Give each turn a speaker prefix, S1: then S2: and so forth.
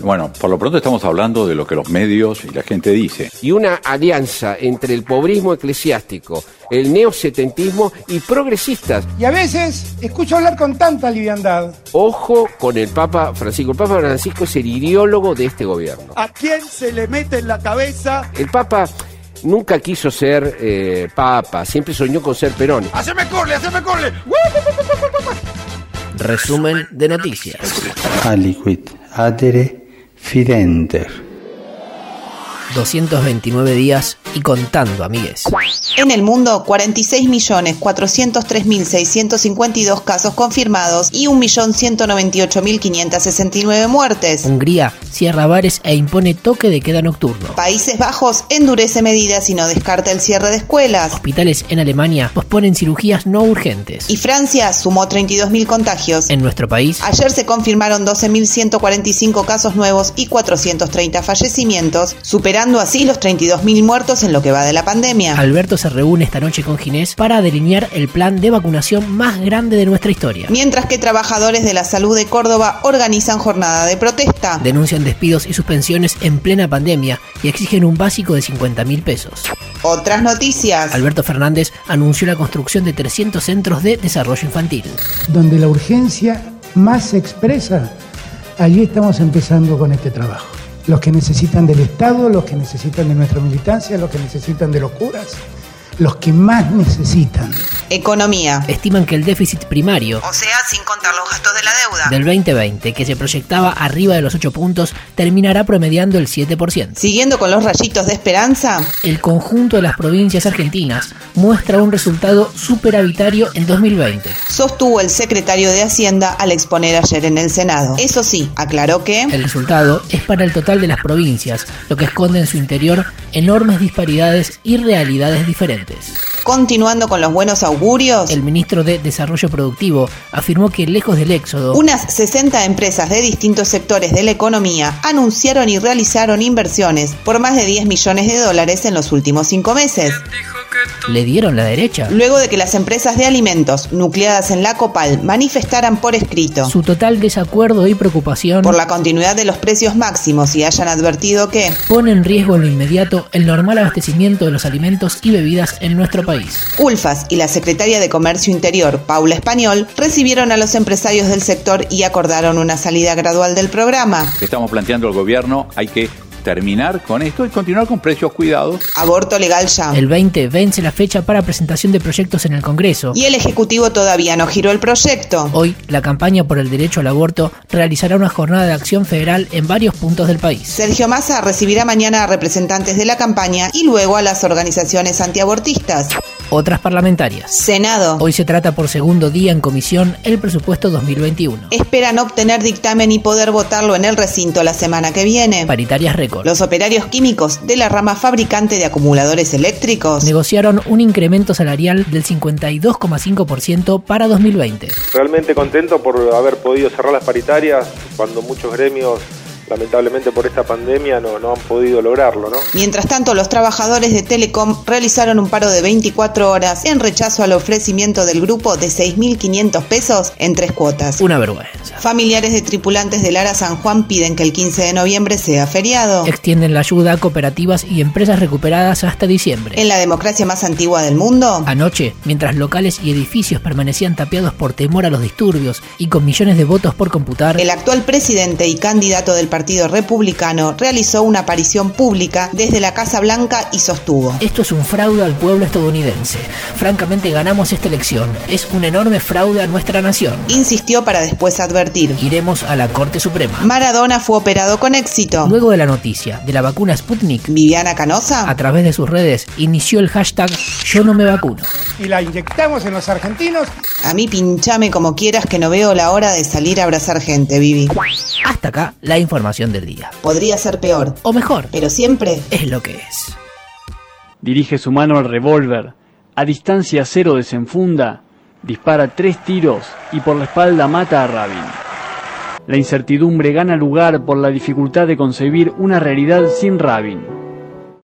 S1: Bueno, por lo pronto estamos hablando de lo que los medios y la gente dice.
S2: y una alianza entre el pobrismo eclesiástico, el neosetentismo y progresistas.
S3: Y a veces escucho hablar con tanta liviandad.
S2: Ojo con el Papa Francisco. El Papa Francisco es el ideólogo de este gobierno.
S4: ¿A quién se le mete en la cabeza?
S2: El Papa nunca quiso ser eh, Papa, siempre soñó con ser Perón.
S4: ¡Haceme corle, haceme corle!
S5: Resumen de noticias.
S6: aliquid adere fidenter.
S5: 229 días y contando, amigues.
S7: En el mundo, 46.403.652 casos confirmados y 1.198.569 muertes.
S5: Hungría cierra bares e impone toque de queda nocturno.
S7: Países Bajos endurece medidas y no descarta el cierre de escuelas.
S5: Hospitales en Alemania posponen cirugías no urgentes.
S7: Y Francia sumó 32.000 contagios.
S5: En nuestro país,
S7: Ayer se confirmaron 12.145 casos nuevos y 430 fallecimientos, superando así los 32.000 muertos en lo que va de la pandemia.
S5: Alberto se reúne esta noche con Ginés para delinear el plan de vacunación más grande de nuestra historia.
S7: Mientras que trabajadores de la salud de Córdoba organizan jornada de protesta.
S5: Denuncian despidos y suspensiones en plena pandemia y exigen un básico de 50 mil pesos.
S7: Otras noticias.
S5: Alberto Fernández anunció la construcción de 300 centros de desarrollo infantil.
S3: Donde la urgencia más se expresa, allí estamos empezando con este trabajo. Los que necesitan del Estado, los que necesitan de nuestra militancia, los que necesitan de los curas, los que más necesitan.
S7: Economía.
S5: Estiman que el déficit primario
S7: O sea, sin contar los gastos de la deuda.
S5: del 2020, que se proyectaba arriba de los 8 puntos, terminará promediando el 7%.
S7: Siguiendo con los rayitos de esperanza,
S5: El conjunto de las provincias argentinas muestra un resultado superavitario en 2020.
S7: sostuvo el secretario de Hacienda al exponer ayer en el Senado. Eso sí, aclaró que...
S5: El resultado es para el total de las provincias, lo que esconde en su interior enormes disparidades y realidades diferentes.
S7: Continuando con los buenos augurios,
S5: El ministro de Desarrollo Productivo afirmó que lejos del éxodo,
S7: unas 60 empresas de distintos sectores de la economía anunciaron y realizaron inversiones por más de 10 millones de dólares en los últimos cinco meses,
S5: le dieron la derecha.
S7: luego de que las empresas de alimentos nucleadas en la Copal manifestaran por escrito
S5: Su total desacuerdo y preocupación
S7: por la continuidad de los precios máximos y hayan advertido que
S5: pone en riesgo en lo inmediato el normal abastecimiento de los alimentos y bebidas en nuestro país.
S7: Ulfas y la secretaria de Comercio Interior, Paula Español, recibieron a los empresarios del sector y acordaron una salida gradual del programa.
S1: Estamos planteando al gobierno, hay que terminar con esto y continuar con precios cuidados.
S7: Aborto legal ya.
S5: El 20 vence la fecha para presentación de proyectos en el Congreso.
S7: Y el Ejecutivo todavía no giró el proyecto.
S5: Hoy, la campaña por el derecho al aborto realizará una jornada de acción federal en varios puntos del país.
S7: Sergio Massa recibirá mañana a representantes de la campaña y luego a las organizaciones antiabortistas.
S5: Otras parlamentarias.
S7: Senado.
S5: Hoy se trata por segundo día en comisión el presupuesto 2021.
S7: Esperan obtener dictamen y poder votarlo en el recinto la semana que viene.
S5: Paritarias récord.
S7: Los operarios químicos de la rama fabricante de acumuladores eléctricos
S5: Negociaron un incremento salarial del 52,5% para 2020.
S8: Realmente contento por haber podido cerrar las paritarias cuando muchos gremios, lamentablemente por esta pandemia, no, no han podido lograrlo, ¿no?
S7: Mientras tanto, los trabajadores de Telecom realizaron un paro de 24 horas en rechazo al ofrecimiento del grupo de 6.500 pesos en tres cuotas.
S5: Una vergüenza.
S7: Familiares de tripulantes del Ara San Juan piden que el 15 de noviembre sea feriado.
S5: Extienden la ayuda a cooperativas y empresas recuperadas hasta diciembre.
S7: En la democracia más antigua del mundo,
S5: Anoche, mientras locales y edificios permanecían tapiados por temor a los disturbios y con millones de votos por computar,
S7: el actual presidente y candidato del Partido Republicano realizó una aparición pública desde la Casa Blanca y sostuvo.
S5: Esto es un fraude al pueblo estadounidense. Francamente ganamos esta elección. Es un enorme fraude a nuestra nación.
S7: Insistió para después advertir.
S5: Iremos a la Corte Suprema.
S7: Maradona fue operado con éxito.
S5: Luego de la noticia de la vacuna Sputnik,
S7: Viviana Canosa
S5: a través de sus redes inició el hashtag Yo no me vacuno.
S3: Y la inyectamos en los argentinos
S7: A mí pinchame como quieras que no veo la hora de salir a abrazar gente, Vivi.
S5: Hasta acá la información del día.
S7: Podría ser peor,
S5: O mejor,
S7: pero siempre
S5: es lo que es.
S9: dirige su mano al revólver, a distancia cero desenfunda, dispara tres tiros y por la espalda mata a Rabin. La incertidumbre gana lugar por la dificultad de concebir una realidad sin Rabin.